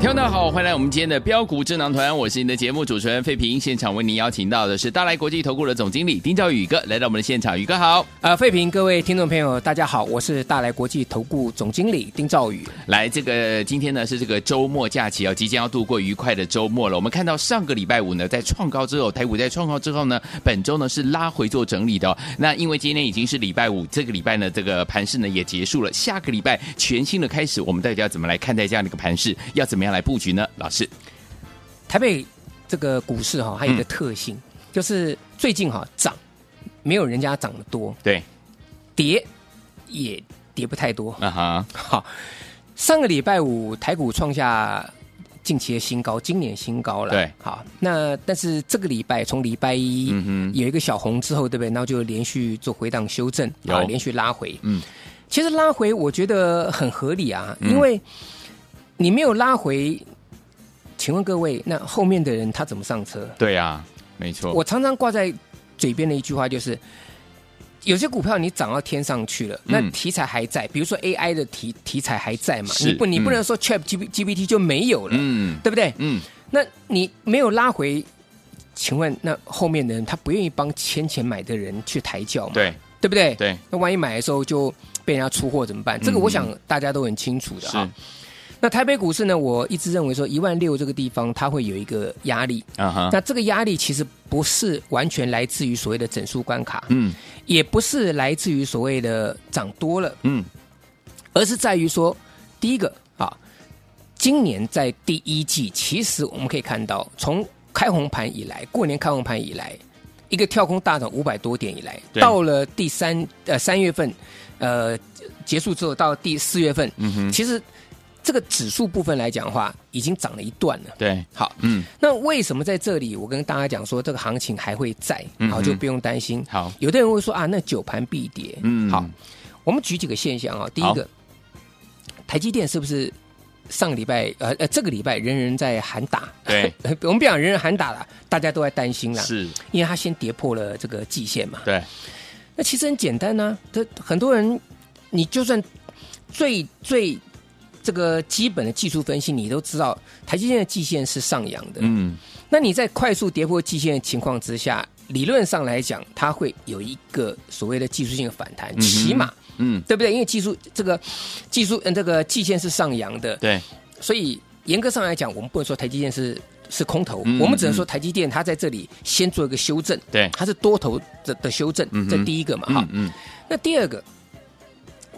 听众大家好，欢迎来我们今天的标股智囊团，我是你的节目主持人费平。现场为您邀请到的是大来国际投顾的总经理丁兆宇哥来到我们的现场，宇哥好。呃，费平，各位听众朋友，大家好，我是大来国际投顾总经理丁兆宇。来，这个今天呢是这个周末假期哦，即将要度过愉快的周末了。我们看到上个礼拜五呢，在创高之后，台股在创高之后呢，本周呢是拉回做整理的、哦。那因为今天已经是礼拜五，这个礼拜呢这个盘势呢也结束了，下个礼拜全新的开始，我们到底要怎么来看待这样的一个盘势，要怎么样来布局呢？老师，台北这个股市哈、还有一个特性，就是最近哈、涨没有人家涨得多，对，跌也跌不太多。啊哈，好，上个礼拜五台股创下近期的新高，今年新高了。对好，那但是这个礼拜从礼拜一、嗯有一个小红之后，对不对？然后就连续做回档修正，有啊连续拉回。嗯，其实拉回我觉得很合理啊，因为你没有拉回，请问各位，那后面的人他怎么上车？对啊，没错，我常常挂在嘴边的一句话就是，有些股票你涨到天上去了，那嗯题材还在，比如说 AI 的题题材还在嘛，是你不你不嗯能说 Chat G G P T 就没有了，嗯对不对？嗯，那你没有拉回，请问那后面的人他不愿意帮先前买的人去抬轿嘛？对对不对？对，嗯那万一买的时候就被人家出货怎么办？这个我想大家都很清楚的是啊。那台北股市呢，我一直认为说一万六这个地方它会有一个压力，啊哈，那这个压力其实不是完全来自于所谓的整数关卡，嗯也不是来自于所谓的涨多了，嗯，而是在于说，第一个啊，今年在第一季，其实我们可以看到，从开红盘以来，过年开红盘以来，一个跳空大涨五百多点以来，对到了第三呃三月份，呃结束之后到第四月份，嗯哼，其实这个指数部分来讲的话，已经涨了一段了。对，好，嗯，那为什么在这里我跟大家讲说这个行情还会在？嗯好，嗯就不用担心。好，有的人会说啊，那九盘必跌。嗯，好，我们举几个现象啊。第一个，台积电是不是上个礼拜呃呃这个礼拜人人在喊打？对， 我们不讲人人喊打了，大家都在担心啦，是，因为它先跌破了这个季线嘛。对，那其实很简单呐、这很多人你就算最最这个基本的技术分析，你都知道台积电的季线是上扬的。嗯，那你在快速跌破季线的情况之下，理论上来讲，它会有一个所谓的技术性的反弹，哼起码嗯，对不对？因为技术这个技术嗯这个季线是上扬的，对，所以严格上来讲，我们不能说台积电是是空头，嗯我们只能说台积电它在这里先做一个修正，对它是多头的的修正嗯，哼这第一个嘛哈嗯。嗯，那第二个，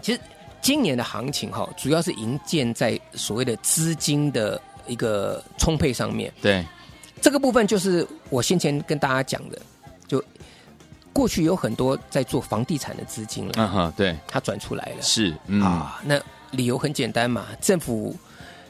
其实今年的行情哈，主要是营建在所谓的资金的一个充沛上面。对，这个部分就是我先前跟大家讲的，就过去有很多在做房地产的资金了，嗯哼，对，它转出来了是，嗯，啊。那理由很简单嘛，政府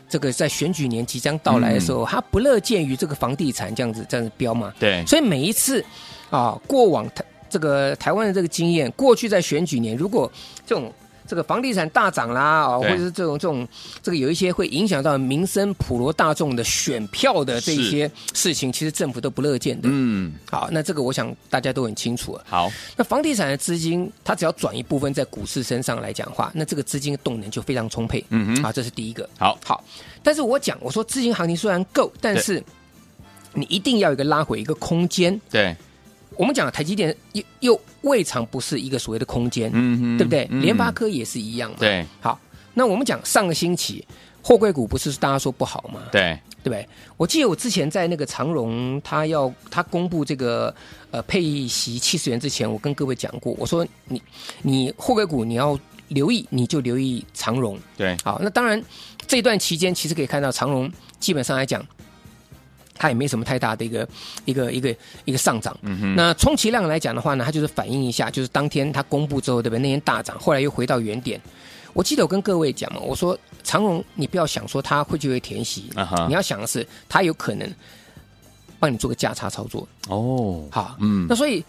这个在选举年即将到来的时候，他不乐见于这个房地产这样子这样子飙嘛，对，所以每一次啊，过往台这个台湾的这个经验，过去在选举年，如果这种这个房地产大涨啦，哦，或对者是这种这种这个有一些会影响到民生普罗大众的选票的这一些事情，其实政府都不乐见的。嗯，好，那这个我想大家都很清楚了。啊好，那房地产的资金，它只要转一部分在股市身上来讲的话，那这个资金的动能就非常充沛。嗯哼啊，这是第一个。好，好，但是我讲，我说资金行情虽然够，但对是你一定要有一个拉回一个空间。对，我们讲台积电又又未尝不是一个所谓的空间，嗯哼，对不对？嗯联发，科也是一样嘛。，对，好，那我们讲上个星期货柜股不是大家说不好吗？对，对不对？我记得我之前在那个长荣，他要他公布这个呃配息七十元之前，我跟各位讲过，我说你你货柜股你要留意，你就留意长荣。对，好，那当然这段期间其实可以看到长荣基本上来讲，它也没什么太大的一个一个一个一个上涨。嗯那充其量来讲的话呢，它就是反映一下，就是当天它公布之后，对不对？那天大涨，后来又回到原点。我记得我跟各位讲嘛，我说长荣，你不要想说它会就会填息啊哈你要想的是它有可能帮你做个价差操作。哦，好，嗯那所以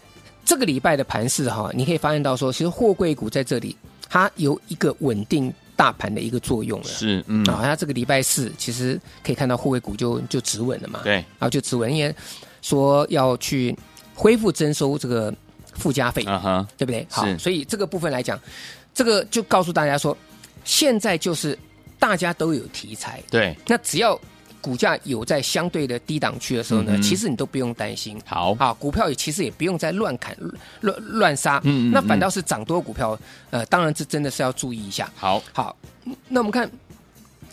这个礼拜的盘市哈，你可以发现到说，其实货柜股在这里它有一个稳定大盘的一个作用了。是，嗯，啊，它这个礼拜四其实可以看到货柜股就就止稳了嘛，，对，然后就止稳，因为说要去恢复征收这个附加费，啊哈，对不对？好是，所以这个部分来讲，这个就告诉大家说，现在就是大家都有题材，对，那只要股价有在相对的低档区的时候呢，嗯哼其实你都不用担心。好，啊，股票也其实也不用再乱砍、乱乱杀，嗯嗯那嗯反倒是涨多股票，呃，当然这真的是要注意一下。好，好，那我们看，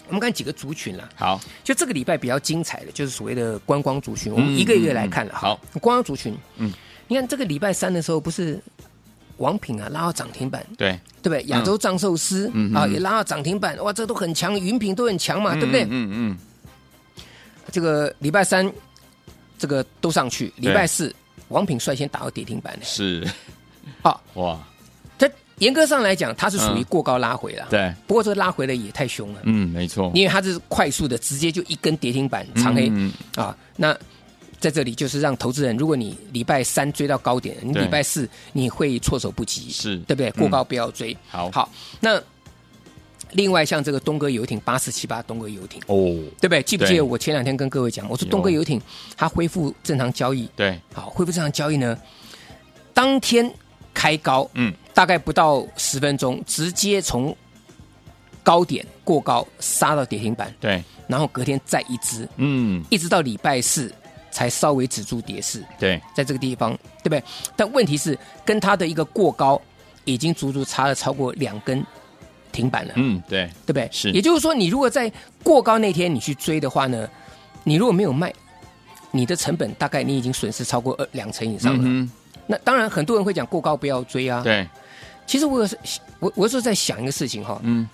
我们看几个族群啦、好，就这个礼拜比较精彩的，就是所谓的观光族群，我嗯们一个一个来看了。嗯嗯好，观光族群，嗯嗯，你看这个礼拜三的时候，不是王品啊拉到涨停板，对，对不对？亚洲藏寿司、嗯啊嗯也拉到涨停板，哇，这都很强，云品都很强嘛，对不对？嗯嗯这个礼拜三这个都上去，对礼拜四王品率先打到跌停板嗯，了。是，好，哇，它严格上来讲，它是属于嗯过高拉回了，对，不过这个拉回的也太凶了。嗯，没错，因为它是快速的，直接就一根跌停板长黑、嗯啊。那在这里就是让投资人，如果你礼拜三追到高点，你对礼拜四你会措手不及，是嗯对不对？过高不要追。好，，好，那另外像这个东哥游艇八四七八，东哥游艇，哦，对不对？记不记对得我前两天跟各位讲，我说有东哥游艇它恢复正常交易，对，好，恢复正常交易呢，当天开高，嗯，大概不到十分钟，直接从高点过高杀到跌停板，对，然后隔天再一只，嗯，一直到礼拜四才稍微止住跌势，对，在这个地方，对不对？但问题是，跟它的一个过高已经足足差了超过两根停板了，嗯，对，对不对？是也就是说，你如果在过高那天你去追的话呢，你如果没有卖，你的成本大概你已经损失超过二两成以上了。嗯那当然，很多人会讲过高不要追啊哼，。对，其实我有时我我有时候在想一个事情哈，嗯，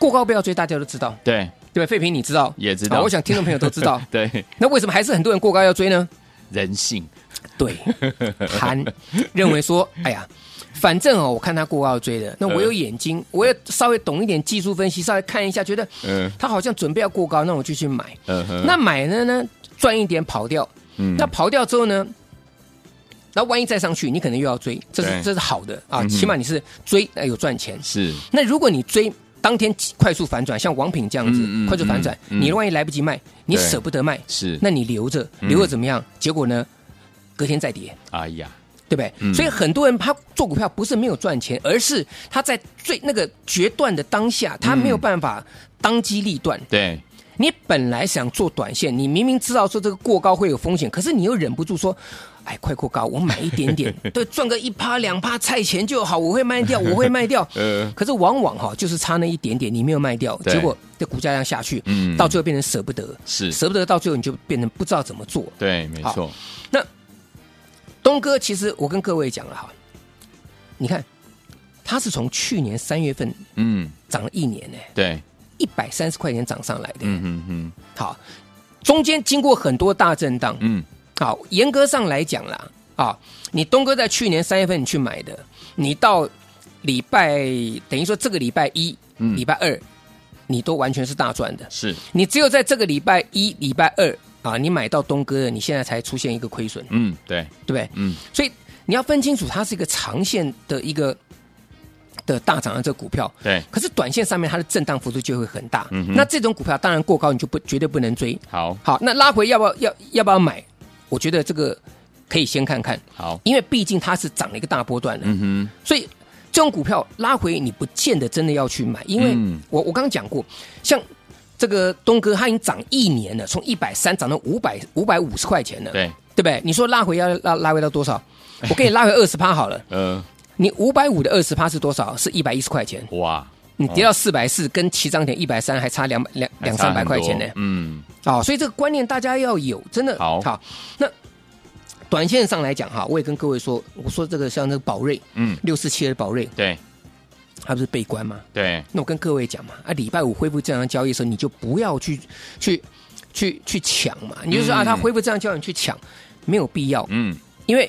过高不要追，大家都知道，对，对吧？费平你知道，也知道。啊我想听众朋友都知道 对，那为什么还是很多人过高要追呢？人性，对， 贪认为说，哎呀，反正哦，我看他过高追的，那我嗯有眼睛，我也稍微懂一点技术分析，稍微看一下，觉得嗯他好像准备要过高，那我就去买。嗯哼，呃那买了呢，赚一点跑掉，嗯那跑掉之后呢？那万一再上去，你可能又要追，这对是这是好的啊，嗯哼起码你是追呃有赚钱。是，那如果你追当天快速反转，像王品这样子、嗯嗯快速反转，嗯嗯你万一来不及卖，你对舍不得卖，是，那你留着，嗯留着怎么样？结果呢，隔天再跌，哎呀，对不对？嗯所以很多人他做股票不是没有赚钱，而是他在最那个决断的当下，他没有办法当机立断。对，你本来想做短线，你明明知道说这个过高会有风险，可是你又忍不住说。哎，快过高，我买一 点点，对，赚个一趴两趴菜钱就好，我会卖掉，我会卖掉。呃，可是往往哈、就是差那一点点，你没有卖掉，对结果这股价这样下去，嗯到最后变成舍不得，是，舍不得到最后你就变成不知道怎么做。对，没错，东哥，其实我跟各位讲了哈，你看，他是从去年三月份嗯，涨了一年呢，对，一百三十块钱涨上来的。嗯哼哼，好，中间经过很多大震荡，嗯，好，严格上来讲啦，啊，你东哥在去年三月份你去买的，你到礼拜等于说这个礼拜一、嗯礼拜二，你都完全是大赚的。是，你只有在这个礼拜一、礼拜二啊，你买到东哥的，你现在才出现一个亏损，嗯，对，对不对？嗯，所以你要分清楚，它是一个长线的一个的大涨的这个股票。对，可是短线上面它的震荡幅度就会很大，嗯哼那这种股票当然过高你就不绝对不能追。好，好，那拉回要不要要要不要买？我觉得这个可以先看看，好，因为毕竟它是涨了一个大波段了，嗯所以这种股票拉回你不见得真的要去买，因为嗯我我刚刚讲过，像这个东哥他已经涨一年了，从一百三涨到五百五百五十块钱了，哼，对，对不对？你说拉回要拉拉回到 多少？我给你拉回二十趴好了，呃，你五百五的二十趴是多少？是一百一十块钱。哇，你跌到四百四，跟起涨点一百三还差两两两三百块钱呢哦还差很多。嗯，哦，所以这个观念大家要有，真的好那短线上来讲哈，我也跟各位说，我说这个像这个宝瑞，嗯，六四七的宝瑞，对，它不是被关吗？对，那我跟各位讲嘛，啊，礼拜五恢复正常交易的时候，你就不要去去去去抢嘛。你就说啊，嗯它恢复正常交易你去抢，没有必要，嗯，因为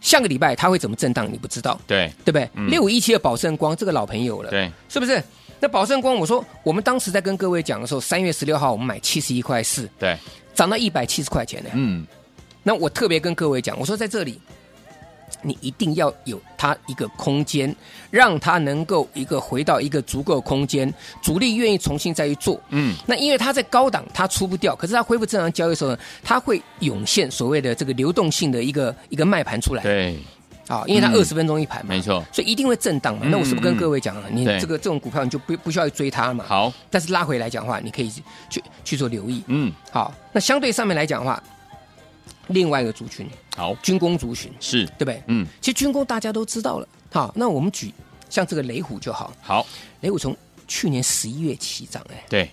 下个礼拜它会怎么震荡你不知道，对对不对？嗯六五一七的宝盛光这个老朋友了，对，是不是？那宝盛光，我说我们当时在跟各位讲的时候，三月十六号我们买七十一块四，对，涨到一百七十块钱呢。嗯，那我特别跟各位讲，我说在这里，你一定要有它一个空间，让它能够一个回到一个足够的空间，主力愿意重新再去做。嗯，那因为它在高档，它出不掉，可是它恢复正常交易的时候呢，它会涌现所谓的这个流动性的一个一个卖盘出来。对，啊，因为它嗯二十分钟一盘嘛，没错所以一定会震荡嘛。嗯那我是不是跟各位讲了，你对这个这种股票你就不不需要去追它嘛。，好，但是拉回来讲的话，你可以去去做留意。嗯，好，那相对上面来讲的话，另外一个族群，好，军工族群，是，对不对？嗯，其实军工大家都知道了。好，那我们举像这个雷虎就好，好，雷虎从去年十一月起涨，哎，对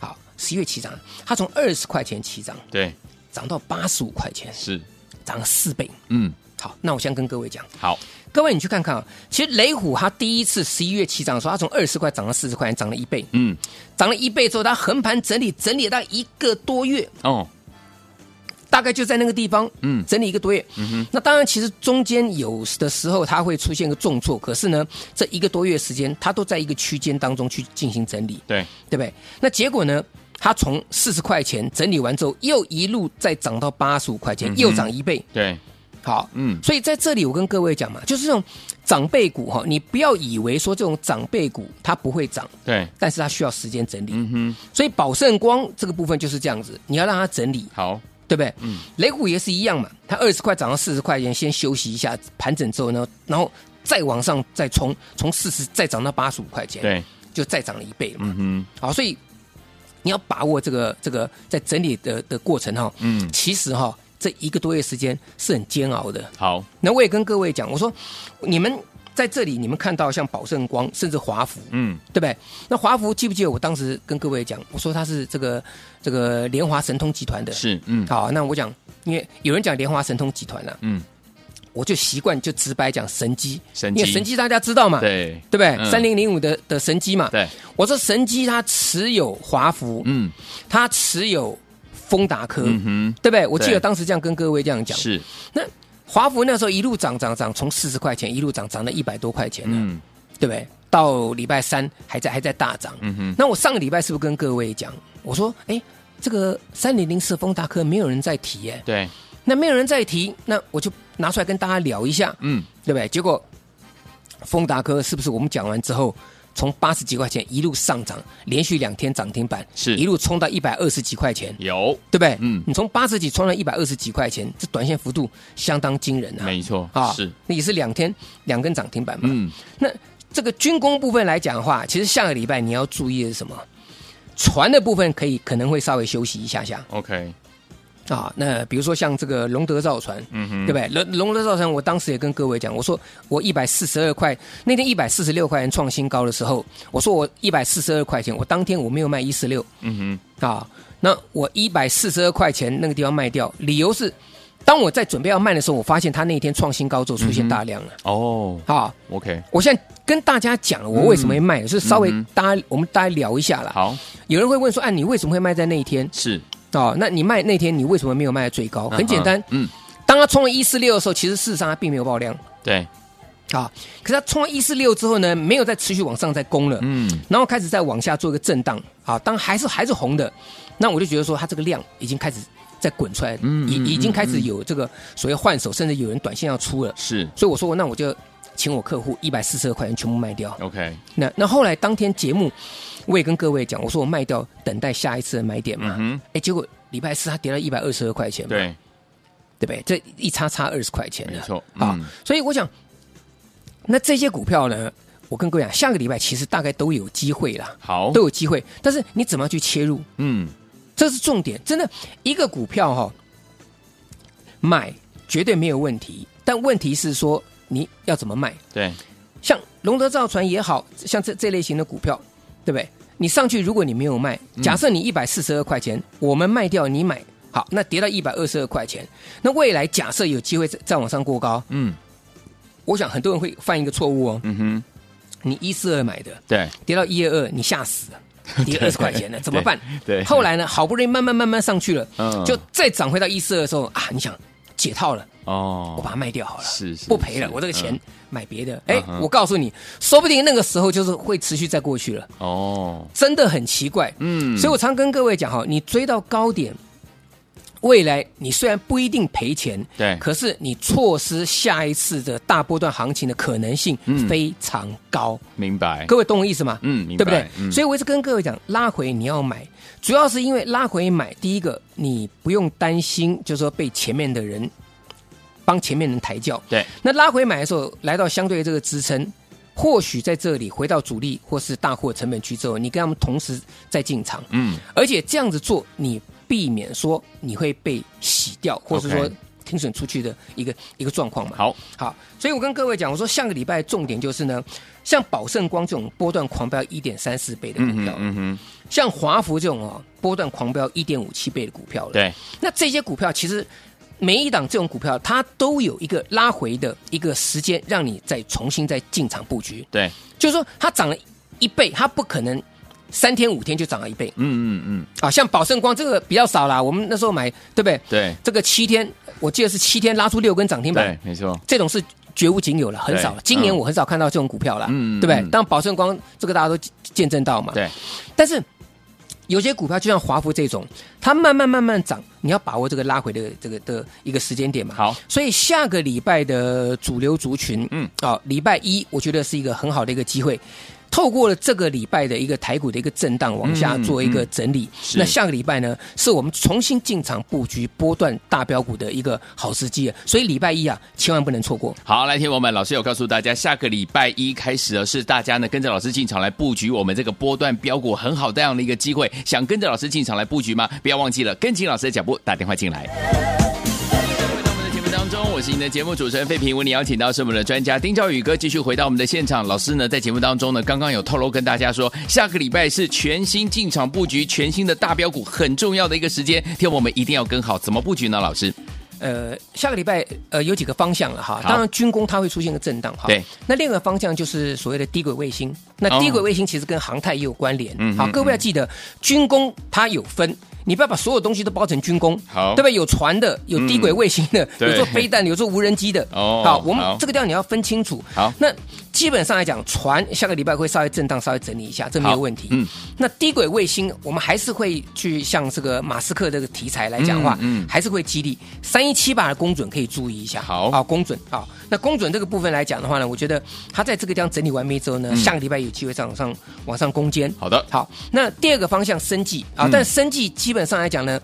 好，十一月起涨，它从二十块钱起涨，对涨到八十五块钱，是，涨了四倍。嗯，好，那我先跟各位讲。好，各位，你去看看啊，其实雷虎它第一次十一月起涨的时候，它从二十块涨到四十块，涨了一倍，嗯，涨了一倍之后，它横盘整理，整理了大概一个多月，哦，大概就在那个地方，嗯整理一个多月。嗯哼，那当然，其实中间有的时候它会出现个重挫，可是呢，这一个多月时间，它都在一个区间当中去进行整理，对，对不对？那结果呢？它从四十块钱整理完之后，又一路再涨到八十五块钱，又涨一倍。对，好，嗯所以在这里我跟各位讲嘛，就是这种长辈股哈，你不要以为说这种长辈股它不会涨，对，但是它需要时间整理。嗯哼，所以宝盛光这个部分就是这样子，你要让它整理，好，对不对？嗯，雷股也是一样嘛，它二十块涨到四十块钱，先休息一下，盘整之后呢，然后再往上再冲，从四十再涨到八十五块钱，，对，就再涨了一倍了嘛。嗯好，所以你要把握这个这个在整理的的过程哈，嗯其实哈这一个多月时间是很煎熬的。哼，好，那我也跟各位讲，我说你们在这里，你们看到像宝盛光，甚至华孚，嗯，对不对？那华孚记不记得我当时跟各位讲，我说它是这个这个联华神通集团的。是，嗯，好，那我讲，因为有人讲联华神通集团了、啊嗯，我就习惯就直白讲神机，神因为机神机大家知道嘛，对，对不嗯对？三零零五的的神机嘛，对，我说神机它持有华孚，嗯，它持有丰达科，嗯对不对？我记对得当时这样跟各位这样哼，讲，是，那华孚那时候一路涨涨涨，从四十块钱一路涨涨到一百多块钱了，嗯，对不对？到礼拜三还在还在大涨。嗯哼，那我上个礼拜是不是跟各位讲，我说，哎，这个三零零四丰达科没有人在提耶，对，那没有人在提，那我就拿出来跟大家聊一下，嗯，对不对？结果丰达科是不是我们讲完之后？从八十几块钱一路上涨，连续两天涨停板，是一路冲到一百二十几块钱，有，对不对？嗯你从八十几冲到一百二十几块钱，这短线幅度相当惊人啊！没错，是，，那也是两天两根涨停板嘛。嗯，那这个军工部分来讲的话，其实下个礼拜你要注意的是什么？船的部分可以可能会稍微休息一下下 OK，啊。那比如说像这个龙德造船，嗯哼，对不对？龙龙德造船，我当时也跟各位讲，我说我一百四十二块，那天一百四十六块钱创新高的时候，我说我一百四十二块钱，我当天我没有卖一十六嗯啊，那我一百四十二块钱那个地方卖掉，理由是。当我在准备要卖的时候，我发现它那天创新高之后出现大量了、嗯哼，哦啊！ ，OK，我现在跟大家讲了，我为什么会卖，就是稍微大家、我们大家聊一下啦。嗯好，有人会问说，啊，你为什么会卖在那一天？是，哦，那你卖那天你为什么没有卖在最高？很简单，嗯，当它冲了一四六的时候，其实事实上它并没有爆量对，嗯啊，可是它冲了一四六之后呢，没有再持续往上再攻了，嗯，然后开始再往下做一个震荡啊，当还是还是红的，那我就觉得说它这个量已经开始在滚出来，嗯嗯已已经嗯开始有这个所谓换手，甚至有人短线要出了，是所以我说那我就请我客户一百四十二块钱全部卖掉。 ，OK，那那后来当天节目，我也跟各位讲，我说我卖掉，等待下一次的买点嘛。嗯哼，哎、结果礼拜四它跌到一百二十二块钱嘛，对，对不对？这一差差二十块钱没了，错，啊、嗯所以我想，那这些股票呢，我跟各位讲，下个礼拜其实大概都有机会啦，好，都有机会。但是你怎么样去切入，嗯，这是重点。真的，一个股票哈、买绝对没有问题，但问题是说你要怎么卖。对，像龙德造船也好像这这类型的股票，对不对？你上去，如果你没有卖，嗯假设你一百四十二块钱，我们卖掉，你买好，那跌到一百二十二块钱，那未来假设有机会再再往上过高，嗯我想很多人会犯一个错误哦，嗯哼，你一四二买的，对， 跌到一二二，你吓死了，跌二十块钱了，怎么办？对后来呢，好不容易慢慢慢慢上去了，嗯就再涨回到一四二的时候啊，你想解套了，哦我把它卖掉好了，是是不赔了，是我这个钱买别的。嗯哎、哼我告诉你，说不定那个时候就是会持续再过去了，哦，真的很奇怪。嗯所以我常跟各位讲哈，你追到高点，未来你虽然不一定赔钱，对可是你错失下一次的大波段行情的可能性嗯非常高。明白，各位懂我意思吗？嗯明白对不对？嗯所以我一直跟各位讲，拉回你要买，主要是因为拉回买，第一个你不用担心，就是说被前面的人帮前面人抬轿。对，那拉回买的时候，来到相对这个支撑，或许在这里回到主力或是大户的成本区之后，你跟他们同时再进场，嗯，而且这样子做，你避免说你会被洗掉，或是说 OK 停损出去的一个一个状况嘛。好，好，所以我跟各位讲，我说下个礼拜重点就是呢，像宝盛光这种波段狂飙一点三四倍的股嗯票哼，嗯哼，像华孚这种哦波段狂飙一点五七倍的股票了。，对，那这些股票其实每一档这种股票，它都有一个拉回的一个时间，让你再重新再进场布局。对，就是说，它涨了一倍，它不可能三天五天就涨了一倍嗯嗯嗯，啊。像宝盛光这个比较少啦，我们那时候买，对不对？对，这个七天，我记得是七天拉出六根涨停板对，。没错，这种是绝无仅有了，很少了对。今年嗯我很少看到这种股票了，嗯嗯对不对嗯？当宝盛光这个大家都见见证到嘛。对，但是有些股票就像华孚这种，它慢慢慢慢涨，你要把握这个拉回的这个的一个时间点嘛。好，所以下个礼拜的主流族群，嗯嗯，哦，礼拜一我觉得是一个很好的一个机会。透过了这个礼拜的一个台股的一个震荡，往下嗯做一个嗯整理。是那下个礼拜呢，是我们重新进场布局波段大标股的一个好时机了。所以礼拜一啊，千万不能错过。好，来，听我们老师有告诉大家，下个礼拜一开始哦，是大家呢跟着老师进场来布局我们这个波段标股很好这样的一个机会。想跟着老师进场来布局吗？不要忘记了跟紧老师的脚步，打电话进来。回到我们的节目当中，我是您的节目主持人费平，为您邀请到是我们的专家丁兆宇哥，继续回到我们的现场。老师呢，在节目当中呢，刚刚有透露跟大家说，下个礼拜是全新进场布局、全新的大标股很重要的一个时间，听我们一定要跟好，怎么布局呢？老师，呃，下个礼拜呃有几个方向了哈，好当然军工它会出现个震荡哈。对，那另一个方向就是所谓的低轨卫星。那哦低轨卫星其实跟航太也有关联。嗯好嗯，各位要记得，军工它有分。你不要把所有东西都包成军工，好嗯对不对？有船的，有低轨卫星的，对有做飞弹的，有做无人机的。 哦好，我们好这个地方你要分清楚。好那基本上来讲，船下个礼拜会稍微震荡，稍微整理一下，这没好有问题。嗯，那低轨卫星，我们还是会去像这个马斯克这个题材来讲话，嗯嗯还是会激励三一七八的公准可以注意一下。好啊，公准啊，那公准这个部分来讲的话呢，我觉得它在这个地方整理完毕之后嗯呢，下个礼拜有机会再往上往上攻坚。好的好，那第二个方向生计啊，嗯但生计基本上来讲呢。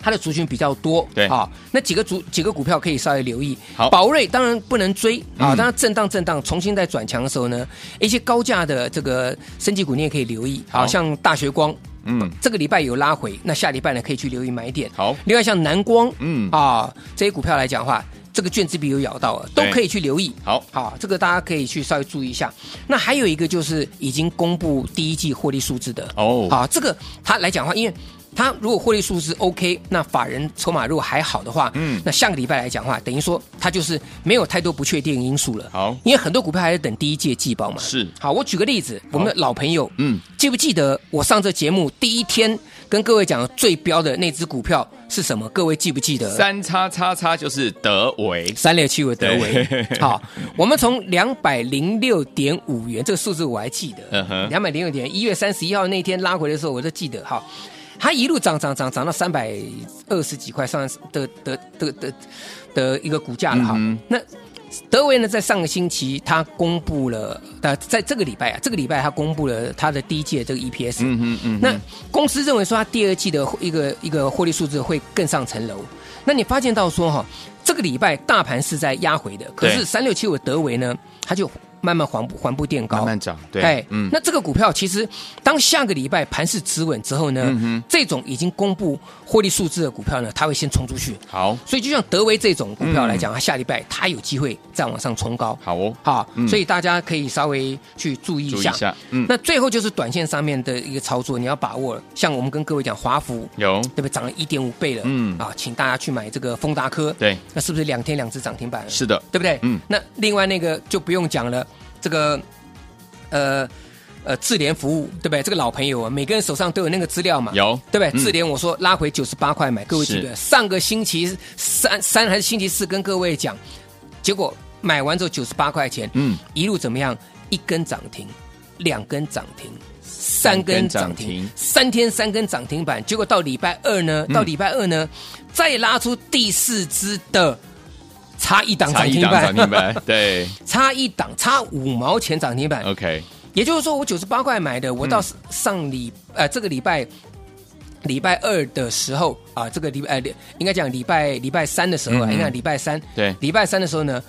它的族群比较多，对啊、那几个族几个股票可以稍微留意。好宝瑞当然不能追啊，嗯当然震荡震荡，重新再转强的时候呢，一些高价的这个升级股你也可以留意，好好像大学光嗯，这个礼拜有拉回，那下礼拜呢可以去留意买点。好另外像南光，嗯啊这些股票来讲的话，这个卷子比有咬到了，都对可以去留意。好好，这个大家可以去稍微注意一下。那还有一个就是已经公布第一季获利数字的哦好，这个它来讲的话，因为它如果获利数字 OK，那法人筹码如果还好的话，嗯嗯，那下个礼拜来讲的话，等于说它就是没有太多不确定因素了。好因为很多股票还在等第一届季报嘛。是好，我举个例子，我们的老朋友，嗯，记不记得我上这节目第一天跟各位讲最标的那只股票是什么？各位记不记得？三叉叉叉就是德维，三六七五德对维，好，我们从两百零六点五元这个数字我还记嗯得，哼两百零六点一月三十一号那天拉回的时候我都记得，好，它一路涨涨涨涨到三百二十几块上的的的的的一个股价了哈、嗯那德维呢，在上个星期它公布了，呃，在这个礼拜啊，这个礼拜它公布了它的第一季的这个 E EPS，、嗯哼嗯哼，那公司认为说，它第二季的一个一个获利数字会更上层楼。那你发现到说哈，这个礼拜大盘是在压回的，可对是三六七五德维呢，它就慢慢缓步缓步垫高，慢慢涨，对，哎，嗯，那这个股票其实当下个礼拜盘势止稳之后呢，嗯这种已经公布获利数字的股票呢，它会先冲出去。好，所以就像德维这种股票来讲，它下礼拜它有机会再往上冲高。好哦，好，嗯所以大家可以稍微去注意注一意一下。下，嗯，那最后就是短线上面的一个操作，你要把握了。像我们跟各位讲华孚，有，对不对？涨了一点五倍了，嗯啊，请大家去买这个丰达科，对，那是不是两天两只涨停板了？是的，对不对？嗯那另外那个就不用讲了，这个呃呃智联服务，对不对？这个老朋友啊，每个人手上都有那个资料嘛，有对不嗯对？智联我说拉回九十八块买，各位是记不记得上个星期三三还是星期四跟各位讲，结果买完之后九十八块钱，嗯，一路怎么样？一根涨停，两根涨停。三根涨三根涨停停，三天三根涨停板，结果到礼拜二呢？到礼拜二呢，嗯再拉出第四只的差一档差涨一停档涨板，停 板，对差一档，差五毛钱涨停板。 ，OK，也就是说，我九十八块买的，我嗯到上礼、呃这个礼拜礼拜二的时候啊，这个礼呃应该讲礼拜礼拜三的时候啊，嗯嗯应该礼拜三对礼拜三的时候呢，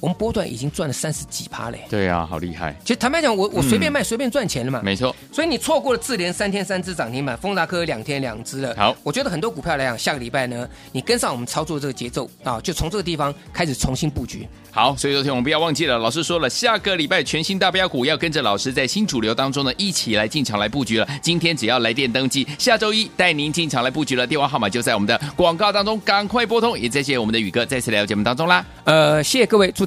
我们波段已经赚了三十几趴嘞。对啊，好厉害，其实坦白讲，我我随便卖、随便赚钱了嘛，嗯没错，所以你错过了智联三天三只涨停板，丰达科两天两只了。好我觉得很多股票来讲，下个礼拜呢，你跟上我们操作这个节奏啊，就从这个地方开始重新布局。好，所以昨天我们不要忘记了，老师说了，下个礼拜全新大标股要跟着老师在新主流当中呢一起来进场来布局了。今天只要来电登记，下周一带您进场来布局了，电话号码就在我们的广告当中，赶快拨通。也谢谢我们的宇哥再次来到节目当中啦，呃，谢谢各位，祝